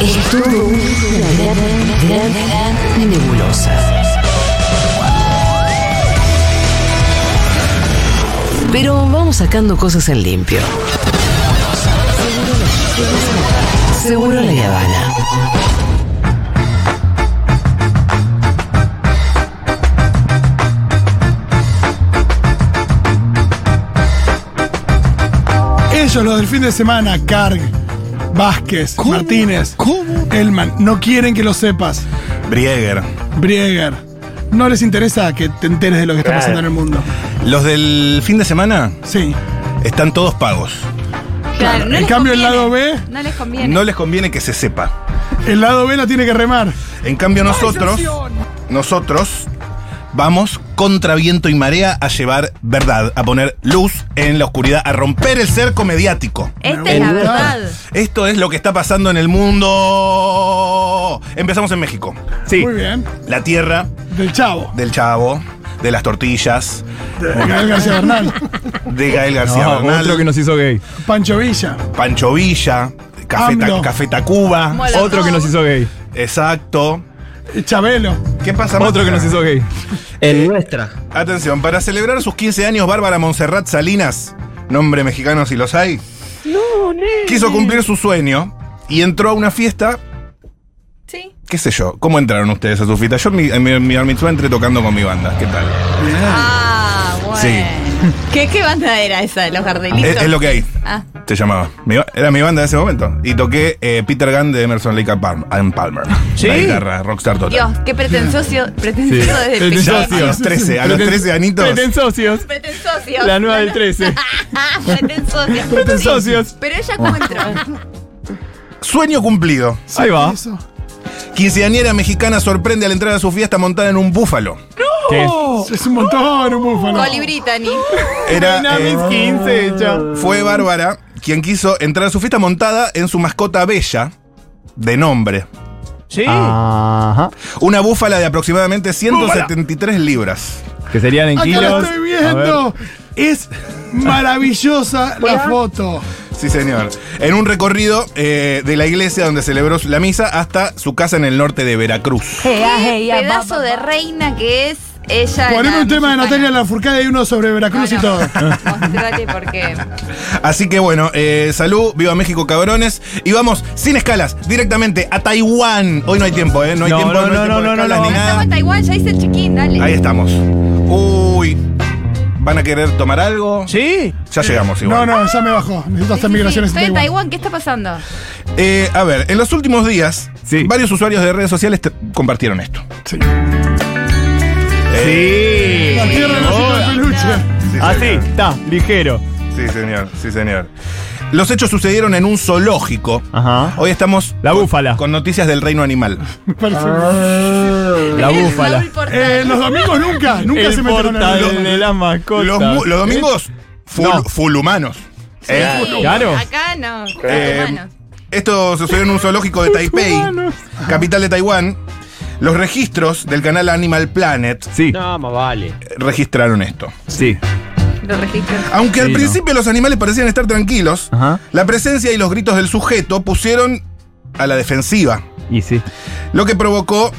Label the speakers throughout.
Speaker 1: Es todo una gran, gran, gran nebulosa. Pero vamos sacando cosas en limpio. Seguro la Habana.
Speaker 2: Ellos, los del fin de semana, Carg, Vázquez, Martínez, Elman, no quieren que lo sepas.
Speaker 3: Brieger.
Speaker 2: Brieger, no les interesa que te enteres de lo que está
Speaker 4: Claro.
Speaker 2: pasando en el mundo.
Speaker 3: Los del fin de semana
Speaker 2: Sí.
Speaker 3: están todos pagos.
Speaker 5: Claro, no
Speaker 2: en
Speaker 5: les
Speaker 2: cambio, el
Speaker 5: conviene.
Speaker 2: lado B-
Speaker 5: No les conviene.
Speaker 3: No les conviene que se sepa.
Speaker 2: El lado B la tiene que remar.
Speaker 3: En cambio nosotros, nosotros vamos contra viento y marea a llevar verdad, a poner luz en la oscuridad, a romper el cerco mediático.
Speaker 5: Esta es la
Speaker 2: Me gusta.
Speaker 5: verdad.
Speaker 3: Esto es lo que está pasando en el mundo. Empezamos en México.
Speaker 4: Sí.
Speaker 2: Muy bien.
Speaker 3: La tierra
Speaker 2: Del chavo.
Speaker 3: del chavo, de las tortillas,
Speaker 2: De Gael García Bernal.
Speaker 3: de Gael García
Speaker 6: No,
Speaker 3: Bernal,
Speaker 6: otro que nos hizo gay.
Speaker 2: Pancho Villa.
Speaker 3: Pancho Villa, Café, Ta-
Speaker 2: AMLO.
Speaker 3: Café Tacuba.
Speaker 5: Molotov.
Speaker 6: Otro que nos hizo gay.
Speaker 3: Exacto.
Speaker 2: Chabelo.
Speaker 3: ¿Qué pasa?
Speaker 6: Otro que
Speaker 3: Marta?
Speaker 6: nos hizo gay.
Speaker 7: En nuestra.
Speaker 3: Atención, para celebrar sus 15 años, Bárbara Montserrat Salinas, nombre mexicano si los hay, quiso cumplir su sueño y entró a una fiesta.
Speaker 5: Sí.
Speaker 3: ¿Qué sé yo? ¿Cómo entraron ustedes a su fiesta? Yo en mi, en mi, en mi bar mitzvah entré tocando con mi banda. ¿Qué tal?
Speaker 5: Ah, bueno.
Speaker 3: Sí. Ah,
Speaker 5: ¿Qué, ¿Qué banda era esa de los jardelitos?
Speaker 3: Es, es lo que hay.
Speaker 5: Ah,
Speaker 3: Se llamaba. Mi ba- era mi banda de ese momento. Y toqué eh, Peter Gunn de Emerson Lake and Palm- and Palmer.
Speaker 6: ¿Sí?
Speaker 3: La guitarra, rockstar total.
Speaker 5: Dios, qué pretencioso, pretencioso
Speaker 6: Sí.
Speaker 5: desde
Speaker 6: Pretencioso.
Speaker 3: Ya a los 13, a los 13 anitos.
Speaker 6: Preten socios.
Speaker 5: Pretencioso.
Speaker 6: La nueva del 13.
Speaker 5: pretencioso.
Speaker 6: Pretensocios.
Speaker 5: Sí. Pero ella cómo entró.
Speaker 3: Sueño cumplido.
Speaker 6: Ahí va.
Speaker 2: Eso.
Speaker 3: Quinceañera mexicana sorprende al entrar a su fiesta montada en un búfalo.
Speaker 6: ¿Qué?
Speaker 2: Oh, Es un montón, un búfalo.
Speaker 5: Colibritani.
Speaker 3: Era. eh,
Speaker 6: 15 ya.
Speaker 3: Fue Bárbara quien quiso entrar a su fiesta montada en su mascota bella, de nombre.
Speaker 4: Sí.
Speaker 2: Ah,
Speaker 6: Ajá.
Speaker 3: Una búfala de aproximadamente 173 libras.
Speaker 6: Que serían en
Speaker 2: Acá
Speaker 6: kilos.
Speaker 2: la estoy viendo. Es maravillosa la foto.
Speaker 3: Sí, señor. En un recorrido eh, de la iglesia donde celebró la misa hasta su casa en el norte de Veracruz.
Speaker 5: Pedazo de reina que es ella.
Speaker 2: Poneme
Speaker 5: la
Speaker 2: un tema de
Speaker 5: mexicana.
Speaker 2: Natalia Lafourcade y uno sobre Veracruz
Speaker 5: Ah, No,
Speaker 2: y
Speaker 5: no.
Speaker 2: todo. Ah.
Speaker 5: Mostrate porque.
Speaker 3: Así que bueno, eh, salud, viva México, cabrones. Y vamos, sin escalas, directamente a Taiwán. Hoy no hay tiempo, ¿eh? No hay
Speaker 6: No,
Speaker 3: tiempo,
Speaker 6: no,
Speaker 3: hay
Speaker 6: no,
Speaker 3: tiempo de
Speaker 6: no, no,
Speaker 3: escalas
Speaker 6: no.
Speaker 3: ni
Speaker 5: Estamos
Speaker 3: nada.
Speaker 5: en Taiwán, ya hice el chiquín, dale.
Speaker 3: Ahí estamos. Uy, ¿van a querer tomar algo?
Speaker 4: Sí.
Speaker 3: Ya llegamos igual.
Speaker 2: No, no, ya me bajó. Necesito
Speaker 5: Sí,
Speaker 2: hacer
Speaker 5: sí,
Speaker 2: migraciones
Speaker 5: sí. Estoy en Taiwán, ¿qué está pasando?
Speaker 3: Eh, a ver, en los últimos días,
Speaker 6: Sí.
Speaker 3: varios usuarios de redes sociales te- compartieron esto.
Speaker 2: Sí.
Speaker 3: Eh,
Speaker 2: La tierra de los
Speaker 6: Oh,
Speaker 2: hilos de peluche.
Speaker 3: sí,
Speaker 6: Así,
Speaker 3: señor.
Speaker 6: Ah, está, ligero.
Speaker 3: Sí, señor, sí, señor. Los hechos sucedieron en un zoológico.
Speaker 6: Ajá.
Speaker 3: Hoy estamos
Speaker 6: La
Speaker 3: con-
Speaker 6: búfala.
Speaker 3: con noticias del reino animal.
Speaker 2: Perfecto.
Speaker 6: La búfala.
Speaker 5: Raúl Portal.
Speaker 2: Eh, los domingos nunca, nunca
Speaker 6: el
Speaker 2: se metieron en el
Speaker 6: portal de las mascotas.
Speaker 3: Los, mu- los domingos, full,
Speaker 6: ¿Eh? No.
Speaker 3: full humanos. Eh,
Speaker 5: Sí,
Speaker 6: Claro.
Speaker 5: Acá no.
Speaker 3: Eh,
Speaker 5: humanos.
Speaker 3: esto sucedió en un zoológico de Taipei, capital de Taiwán. Los registros del canal Animal Planet
Speaker 6: Sí,
Speaker 4: No, más vale.
Speaker 3: eh, registraron esto.
Speaker 6: sí.
Speaker 5: Lo registran.
Speaker 3: Aunque al
Speaker 6: Sí, no.
Speaker 3: principio los animales parecían estar tranquilos,
Speaker 6: Ajá.
Speaker 3: la presencia y los gritos del sujeto pusieron a la defensiva,
Speaker 6: Y sí.
Speaker 3: lo que provocó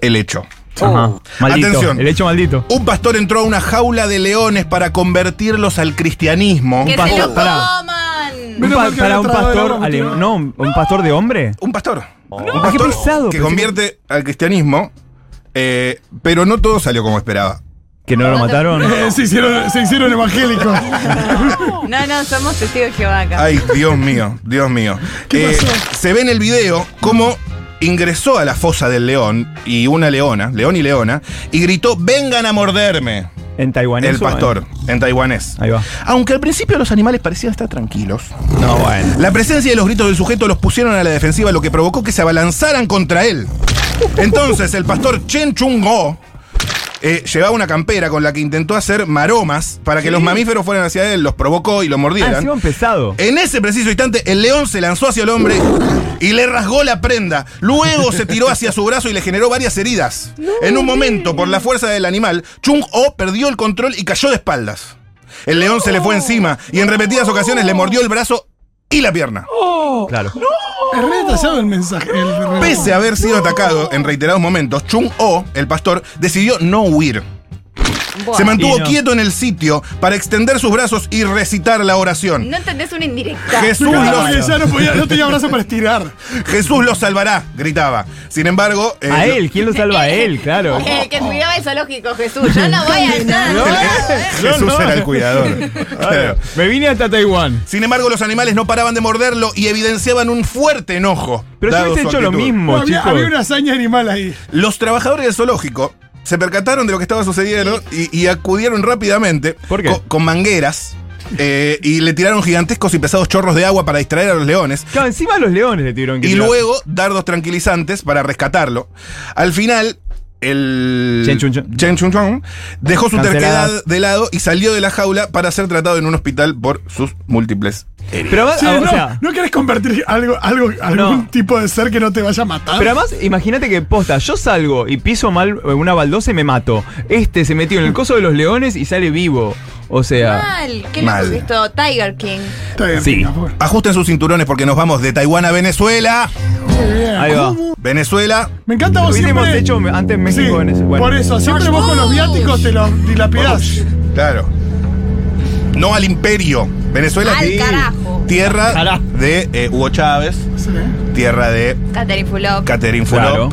Speaker 3: el hecho.
Speaker 6: Ajá. Maldito.
Speaker 3: Atención.
Speaker 6: El hecho maldito.
Speaker 3: Un pastor entró a una jaula de leones para convertirlos al cristianismo.
Speaker 5: Que
Speaker 6: pa-
Speaker 5: se lo
Speaker 6: Oh, pará.
Speaker 5: coman.
Speaker 2: Menos
Speaker 6: Un
Speaker 2: mal
Speaker 6: pa-
Speaker 2: que
Speaker 6: para
Speaker 2: había tragado
Speaker 6: un
Speaker 2: de la
Speaker 6: pastor
Speaker 2: boca,
Speaker 6: alemán.
Speaker 2: tío.
Speaker 6: No, un pastor de hombre.
Speaker 3: Un pastor. Un
Speaker 6: Ah, qué
Speaker 3: pastor
Speaker 6: pesado,
Speaker 3: que
Speaker 6: pensé
Speaker 3: convierte al cristianismo, eh, pero no todo salió como esperaba.
Speaker 6: Que no lo mataron.
Speaker 2: Eh, se, hicieron, se hicieron evangélicos.
Speaker 5: No, no, somos testigos de Jehová acá.
Speaker 3: Ay, Dios mío, Dios mío. Eh,
Speaker 2: ¿Qué pasó?
Speaker 3: Se ve en el video cómo ingresó a la fosa del león y una leona, león y leona, y gritó, vengan a morderme.
Speaker 6: En Taiwán.
Speaker 3: El
Speaker 6: eso,
Speaker 3: pastor, en taiwanés.
Speaker 6: Ahí va.
Speaker 3: Aunque al principio los animales parecían estar tranquilos. No, bueno. La presencia y los gritos del sujeto los pusieron a la defensiva, lo que provocó que se abalanzaran contra él. Entonces, el pastor Chen Chung-ho eh, llevaba una campera con la que intentó hacer maromas para que los mamíferos fueran hacia él, los provocó y los
Speaker 6: eh. Ah,
Speaker 3: mordieran.
Speaker 6: encima un pesado.
Speaker 3: En ese preciso instante, el león se lanzó hacia el hombre y le rasgó la prenda. Luego se tiró hacia su brazo y le generó varias heridas. en un momento, por la fuerza del animal, Chung O perdió el control y cayó de espaldas. El león se le fue encima y en repetidas ocasiones le mordió el brazo y la pierna.
Speaker 6: Claro.
Speaker 2: Es re detallado el mensaje. el relato.
Speaker 3: Pese a haber sido atacado en reiterados momentos, Chung O, el pastor, decidió no huir.
Speaker 5: Buah.
Speaker 3: Se mantuvo
Speaker 6: Y no.
Speaker 3: quieto en el sitio para extender sus brazos y recitar la oración.
Speaker 5: No entendés una indirecta.
Speaker 3: Jesús
Speaker 2: Me encanta
Speaker 3: los-
Speaker 2: porque ya no, podía, no tenía brazo para estirar.
Speaker 3: Jesús los salvará, gritaba. Sin embargo, eh,
Speaker 6: A él, ¿quién lo salva? A él, claro.
Speaker 5: eh,
Speaker 4: El que cuidaba el zoológico, Jesús. Yo no voy a estar.
Speaker 6: No,
Speaker 3: eh, Jesús
Speaker 6: no.
Speaker 3: era el cuidador. Claro.
Speaker 6: Me vine hasta Taiwán.
Speaker 3: Sin embargo, los animales no paraban de morderlo y evidenciaban un fuerte enojo.
Speaker 6: Pero yo
Speaker 3: dado
Speaker 6: hubiese
Speaker 3: su
Speaker 6: hecho lo
Speaker 3: actitud.
Speaker 6: mismo,
Speaker 2: No, había,
Speaker 6: chicos.
Speaker 2: había una hazaña animal ahí.
Speaker 3: Los trabajadores del zoológico se percataron de lo que estaba sucediendo y, y acudieron rápidamente
Speaker 6: ¿Por qué?
Speaker 3: co- Con, mangueras eh, y le tiraron gigantescos y pesados chorros de agua para distraer a los leones.
Speaker 6: Claro, encima los leones le tuvieron que
Speaker 3: Y
Speaker 6: tirar.
Speaker 3: luego dardos tranquilizantes para rescatarlo. Al final, el
Speaker 6: Chen Chun Chun.
Speaker 3: Chen Chun Chun dejó su
Speaker 6: Cancelada.
Speaker 3: terquedad de lado y salió de la jaula para ser tratado en un hospital por sus múltiples
Speaker 6: Pero además,
Speaker 2: Sí,
Speaker 6: ah, o
Speaker 2: no,
Speaker 6: sea,
Speaker 2: no querés convertir algo, algo, algún
Speaker 6: No.
Speaker 2: tipo de ser que no te vaya a matar.
Speaker 6: pero además, imagínate que posta, yo salgo y piso mal eh, una baldosa y me mato. Este se metió en el coso de los leones y sale vivo. O sea,
Speaker 5: Mal. Qué loco
Speaker 3: Mal.
Speaker 5: que esto. Tiger King.
Speaker 2: Está bien,
Speaker 6: Sí.
Speaker 2: venga, por-
Speaker 3: Ajusten sus cinturones porque nos vamos de Taiwán a Venezuela.
Speaker 2: Muy bien.
Speaker 6: ahí va.
Speaker 3: Venezuela.
Speaker 2: Me encanta vos
Speaker 6: Hubiésemos
Speaker 2: siempre.
Speaker 6: hecho antes México
Speaker 2: Sí,
Speaker 6: en ese- bueno.
Speaker 2: Por eso, siempre vos con los viáticos te los dilapidás.
Speaker 3: Claro. No al imperio. Venezuela
Speaker 5: Al
Speaker 3: sí.
Speaker 5: carajo.
Speaker 3: Tierra
Speaker 6: Ojalá.
Speaker 3: de eh, Hugo Chávez, tierra de
Speaker 5: Catherine Fulop.
Speaker 3: Catherine Fulop.
Speaker 6: Claro.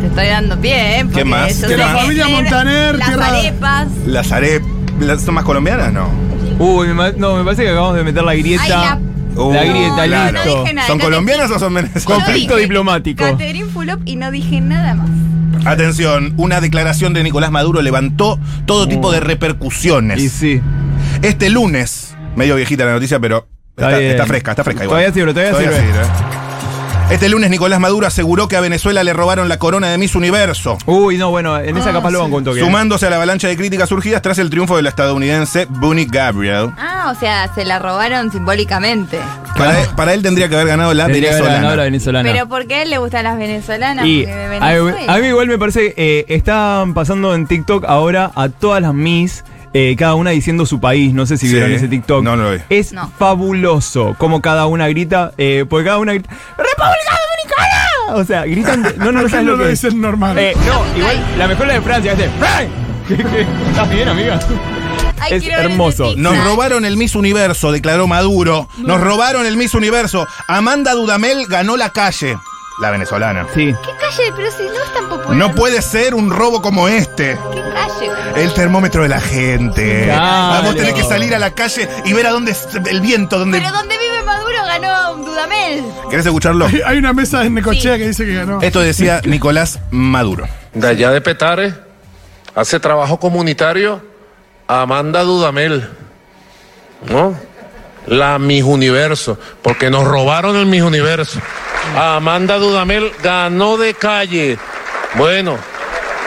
Speaker 5: Te estoy dando pie, ¿eh? porque
Speaker 3: más?
Speaker 5: yo
Speaker 3: De
Speaker 5: sé
Speaker 3: la
Speaker 5: que
Speaker 2: familia
Speaker 5: ser
Speaker 2: Montaner,
Speaker 5: Las
Speaker 2: tierra-
Speaker 5: arepas.
Speaker 3: Las are- ¿Las son más colombianas? No.
Speaker 6: Uy, me ma- no, me parece que acabamos de meter la grieta.
Speaker 5: Ay,
Speaker 3: Uh,
Speaker 6: la grieta,
Speaker 3: claro.
Speaker 5: no
Speaker 6: listo.
Speaker 5: dije nada.
Speaker 3: ¿Son
Speaker 5: Entonces,
Speaker 3: colombianas o son venezolanas?
Speaker 5: yo
Speaker 6: Conflicto
Speaker 5: dije
Speaker 6: diplomático.
Speaker 5: Catherine Fulop y no dije nada más.
Speaker 3: Atención, una declaración de Nicolás Maduro levantó todo tipo de repercusiones.
Speaker 6: Uh. Y sí.
Speaker 3: Este lunes, medio viejita la noticia, pero está,
Speaker 6: bien.
Speaker 3: está fresca, está fresca igual.
Speaker 6: Todavía sirve, todavía sirve.
Speaker 3: sirve. Este lunes Nicolás Maduro aseguró que a Venezuela le robaron la corona de Miss Universo.
Speaker 6: Uy, no, bueno, en esa capaz lo van con toque.
Speaker 3: Sumándose a la avalancha de críticas surgidas tras el triunfo de la estadounidense Bunny Gabriel.
Speaker 5: Ah, o sea, se la robaron simbólicamente.
Speaker 3: Para, él- para él tendría que haber ganado la
Speaker 6: Tendría que haber
Speaker 3: Ah, venezolana.
Speaker 6: ganado la venezolana.
Speaker 5: Pero ¿por qué a él le gustan las venezolanas?
Speaker 6: Y
Speaker 5: Porque de
Speaker 6: a mí,
Speaker 5: Venezuela.
Speaker 6: a mí igual me parece que eh, están pasando en TikTok ahora a todas las Miss. eh, cada una diciendo su país, no sé si
Speaker 3: Sí.
Speaker 6: vieron ese TikTok.
Speaker 3: No, no lo vi.
Speaker 6: Es
Speaker 5: No.
Speaker 6: fabuloso como cada una grita, eh, porque cada una grita ¡República Dominicana! O sea, gritan. No, no, no
Speaker 2: Acá
Speaker 6: sabes
Speaker 2: no
Speaker 6: lo
Speaker 2: lo
Speaker 6: que es.
Speaker 2: dicen normal.
Speaker 6: Eh, no, igual la mejor la de Francia, este. ¡Frank! ¿Qué, qué? estás bien, amiga?
Speaker 5: Ay,
Speaker 6: es
Speaker 5: quiero ver ese
Speaker 6: hermoso.
Speaker 5: TikTok.
Speaker 3: Nos robaron el Miss Universo, declaró Maduro. Nos robaron el Miss Universo. Amanda Dudamel ganó la calle. La venezolana.
Speaker 6: Sí.
Speaker 5: ¿Qué calle? Pero si no es tan popular.
Speaker 3: No puede ser un robo como este.
Speaker 5: ¿Qué calle?
Speaker 3: El termómetro de la gente.
Speaker 6: Claro.
Speaker 3: Vamos a tener que salir a la calle y ver a dónde es el viento, dónde.
Speaker 5: Pero donde vive Maduro ganó un Dudamel.
Speaker 3: ¿Querés escucharlo?
Speaker 2: Hay- Hay una mesa en Necochea que dice que ganó.
Speaker 3: Esto decía Nicolás Maduro.
Speaker 7: de allá de Petare, hace trabajo comunitario Amanda Dudamel, ¿no? La Miss Universo, porque nos robaron el Miss Universo. Amanda Dudamel ganó de calle. Bueno,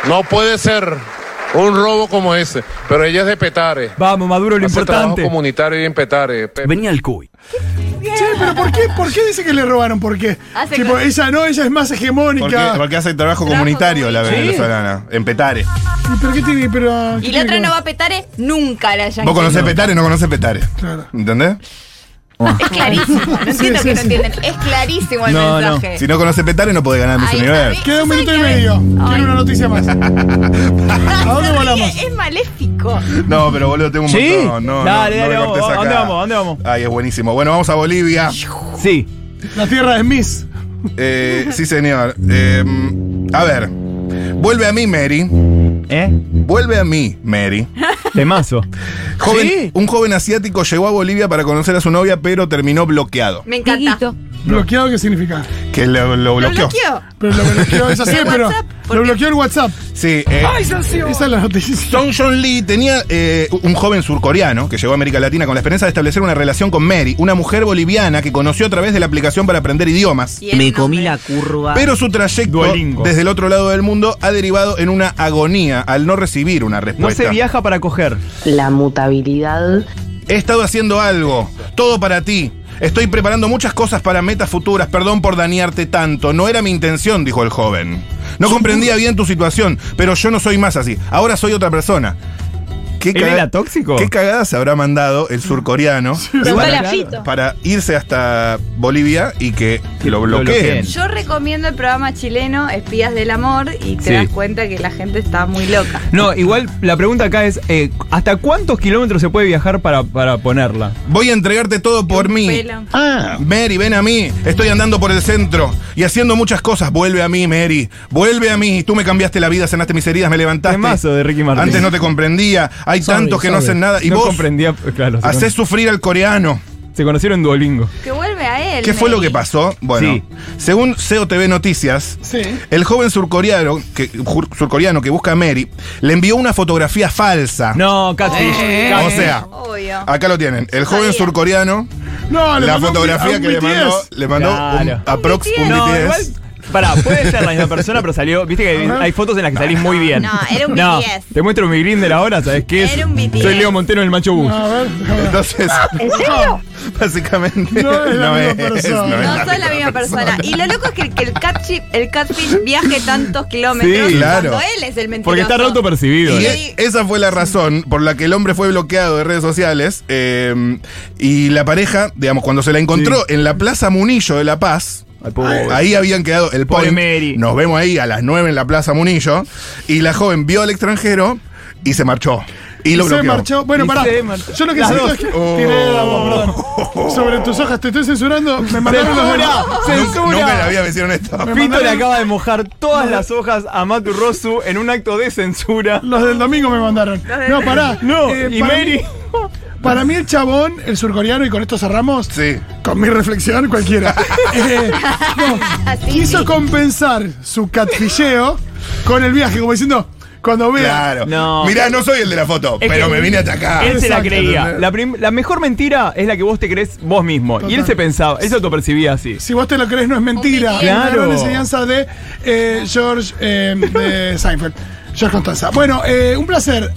Speaker 7: no puede ser un robo como ese, pero ella es de Petare.
Speaker 6: Vamos, Maduro, lo
Speaker 7: hace trabajo
Speaker 6: importante.
Speaker 7: comunitario y en Petare. Pe-
Speaker 1: Venía al CUI.
Speaker 2: Che, pero ¿por qué, ¿por qué dice que le robaron? ¿Por qué?
Speaker 5: Hace
Speaker 2: Tipo,
Speaker 5: claro.
Speaker 2: ella no, ella es más
Speaker 3: Porque,
Speaker 2: hegemónica.
Speaker 3: porque hace trabajo comunitario la
Speaker 6: comunitario.
Speaker 3: venezolana. En Petare.
Speaker 2: ¿Y ¿Pero qué tiene? Pero, ¿qué
Speaker 5: Y la
Speaker 2: tiene
Speaker 5: otra
Speaker 2: que
Speaker 5: no va
Speaker 2: ver?
Speaker 5: a petare nunca la Yankee.
Speaker 3: Vos conocés Petare, no conocés Petare.
Speaker 2: Claro.
Speaker 3: ¿Entendés?
Speaker 5: Es clarísimo. No entiendo
Speaker 2: sí,
Speaker 5: que
Speaker 2: sí.
Speaker 5: no entienden. Es clarísimo el
Speaker 6: No, no.
Speaker 5: mensaje.
Speaker 3: Si no conoces Petare, no podés ganar Miss
Speaker 5: Ahí
Speaker 3: Universo.
Speaker 2: Queda un
Speaker 5: ¿Sabe
Speaker 2: minuto y
Speaker 5: qué?
Speaker 2: medio.
Speaker 5: Ay.
Speaker 2: Quiero una noticia más. ¿A dónde
Speaker 5: Se ríe,
Speaker 2: volamos?
Speaker 5: Es maléfico.
Speaker 3: No, pero boludo, tengo un
Speaker 6: ¿Sí?
Speaker 3: montón. No, no,
Speaker 6: Dale,
Speaker 3: no
Speaker 6: dale,
Speaker 3: me
Speaker 6: vamos,
Speaker 3: cortes
Speaker 6: ¿a dónde
Speaker 3: acá.
Speaker 6: vamos? ¿A dónde vamos?
Speaker 3: Ay, es buenísimo. Bueno, vamos a Bolivia.
Speaker 6: Sí.
Speaker 2: La tierra de Miss.
Speaker 3: Eh, sí, señor. Eh, a ver. Vuelve a mí, Mary.
Speaker 6: ¿Eh?
Speaker 3: Vuelve a mí, Mary.
Speaker 6: Temazo.
Speaker 3: Joven-
Speaker 6: ¿Ah? ¿Sí?
Speaker 3: Un joven asiático llegó a Bolivia para conocer a su novia, pero terminó bloqueado.
Speaker 5: Me encanta.
Speaker 2: ¿Bloqueado qué significa?
Speaker 3: Que lo, lo
Speaker 5: Lo
Speaker 3: bloqueó.
Speaker 5: bloqueó.
Speaker 2: Pero lo bloqueó ella sí,
Speaker 5: ¿El
Speaker 2: pero.
Speaker 5: WhatsApp? ¿Por
Speaker 2: Lo
Speaker 5: qué?
Speaker 2: bloqueó el WhatsApp.
Speaker 3: Sí. eh,
Speaker 2: Esa es la noticia.
Speaker 3: Song John Lee tenía eh, un joven surcoreano que llegó a América Latina con la esperanza de establecer una relación con Mary, una mujer boliviana que conoció a través de la aplicación para aprender idiomas.
Speaker 5: Tiene
Speaker 1: Me
Speaker 5: nombre.
Speaker 1: comí la curva.
Speaker 3: Pero su trayecto
Speaker 6: Ah. Duolingo.
Speaker 3: desde el otro lado del mundo ha derivado en una agonía al no recibir una
Speaker 6: No
Speaker 3: respuesta.
Speaker 6: se viaja para coger.
Speaker 8: la mutabilidad
Speaker 3: He estado haciendo algo, todo para ti. Estoy preparando muchas cosas para metas futuras. Perdón por dañarte tanto. No era mi intención, dijo el joven. No comprendía bien tu situación, pero yo no soy más así. Ahora soy otra persona. ¿Qué
Speaker 6: ¿Él
Speaker 3: caga-
Speaker 6: era tóxico?
Speaker 3: ¿Qué cagadas habrá mandado el surcoreano
Speaker 9: Preguntale a
Speaker 6: claro.
Speaker 9: Fito.
Speaker 3: para irse hasta Bolivia y que lo
Speaker 6: lo
Speaker 3: bloqueen?
Speaker 6: bloqueen.
Speaker 5: Yo recomiendo el programa chileno Espías del Amor y te
Speaker 6: Sí.
Speaker 5: das cuenta que la gente está muy loca.
Speaker 6: No, igual la pregunta acá es, eh, ¿hasta cuántos kilómetros se puede viajar para, para ponerla?
Speaker 3: Voy a entregarte todo por mí.
Speaker 5: Pelo.
Speaker 2: Ah,
Speaker 3: Mary, ven a mí. Estoy andando por el centro y haciendo muchas cosas. Vuelve a mí, Mary. Vuelve a mí. Tú me cambiaste la vida, sanaste mis heridas, me levantaste.
Speaker 6: Temazo de Ricky Martin.
Speaker 3: Antes no te comprendía. Hay
Speaker 2: Sorry,
Speaker 3: tantos que no
Speaker 2: sorry.
Speaker 3: hacen nada. Y
Speaker 6: no
Speaker 3: vos
Speaker 6: comprendía, claro. se
Speaker 3: haces sufrir al coreano.
Speaker 6: con- Se conocieron en Duolingo.
Speaker 5: Que vuelve a él.
Speaker 3: ¿Qué fue lo
Speaker 5: Mary.
Speaker 3: que pasó? Bueno,
Speaker 6: Sí.
Speaker 3: según COTV Noticias,
Speaker 2: sí.
Speaker 3: el joven surcoreano que, jur- surcoreano que busca a Mary le envió una fotografía falsa.
Speaker 6: No, Eh, Catfish.
Speaker 3: O sea, Ah,
Speaker 5: Obvio.
Speaker 3: acá lo tienen. El joven
Speaker 5: Sabía.
Speaker 3: surcoreano,
Speaker 2: No, Ah, le
Speaker 3: la
Speaker 2: mandó un- a
Speaker 3: fotografía
Speaker 2: un
Speaker 3: que le
Speaker 2: BTS.
Speaker 3: mandó, le mandó
Speaker 6: Claro.
Speaker 3: un, aprox
Speaker 5: Un
Speaker 3: un
Speaker 5: BTS.
Speaker 6: No,
Speaker 3: BTS.
Speaker 6: igual. Pará, puede ser la misma persona, pero salió. Viste que hay fotos en las que salís muy bien.
Speaker 5: No, era un
Speaker 6: No,
Speaker 5: BTS.
Speaker 6: Te muestro mi grinder ahora, ¿sabes qué es?
Speaker 5: Era un BTS.
Speaker 6: Soy Leo Montero en el Macho Bus.
Speaker 2: A ver, déjame ver.
Speaker 3: Entonces, básicamente
Speaker 2: No es la misma persona.
Speaker 3: no es
Speaker 5: No soy la misma persona. Y lo loco es que, que el, catfish, el catfish viaje tantos kilómetros
Speaker 3: Sí, claro.
Speaker 5: cuando él es el mentiroso.
Speaker 6: Porque está eh. roto percibido.
Speaker 3: Y
Speaker 5: Sí.
Speaker 3: e- esa fue la razón por la que el hombre fue bloqueado de redes sociales. eh, y la pareja, digamos, cuando se la encontró
Speaker 6: Sí.
Speaker 3: en la Plaza Munillo de La Paz. Ahí habían quedado el
Speaker 6: Pobre
Speaker 3: point.
Speaker 6: Mary.
Speaker 3: Nos vemos ahí a las 9 en la Plaza Munillo. Y la joven vio al extranjero y se marchó. Y lo
Speaker 2: se
Speaker 3: bloqueó.
Speaker 2: marchó. Bueno,
Speaker 6: Y
Speaker 2: pará.
Speaker 6: se marchó.
Speaker 2: Yo lo que
Speaker 6: Las
Speaker 2: sé
Speaker 6: dos. Oh.
Speaker 2: es que. Tiré la voz, perdón. Sobre tus hojas, te estoy censurando. Me mandaron los
Speaker 6: ¡Censura!
Speaker 3: Nunca,
Speaker 6: ¡Censura!
Speaker 3: nunca le había hicieron esto.
Speaker 6: Pito le
Speaker 2: mandaron-
Speaker 6: acaba de mojar todas las hojas a Matu Rosu en un acto de censura.
Speaker 2: Los del domingo me mandaron. No, pará.
Speaker 6: No,
Speaker 2: Eh,
Speaker 6: y
Speaker 2: para
Speaker 6: Mary.
Speaker 2: mí- para mí el chabón, el surcoreano, y con esto cerramos.
Speaker 3: Sí.
Speaker 2: Con mi reflexión, cualquiera. Eh, no, quiso compensar su catfilleo con el viaje, como diciendo, cuando vea.
Speaker 3: Claro.
Speaker 6: No.
Speaker 3: Mirá, no soy el de la foto,
Speaker 6: Es
Speaker 3: pero
Speaker 6: que
Speaker 3: me vine hasta acá.
Speaker 6: Él se la
Speaker 2: Exacto,
Speaker 6: creía.
Speaker 2: ¿entendés?
Speaker 6: La, prim- la mejor mentira es la que vos te crees vos mismo. Y él
Speaker 2: Total.
Speaker 6: se pensaba, él se autopercibía así.
Speaker 2: Si vos te lo crees, no es mentira.
Speaker 6: Claro.
Speaker 2: Es una gran enseñanza de eh, George eh, de Seinfeld. George Constanza. Bueno, eh, un placer.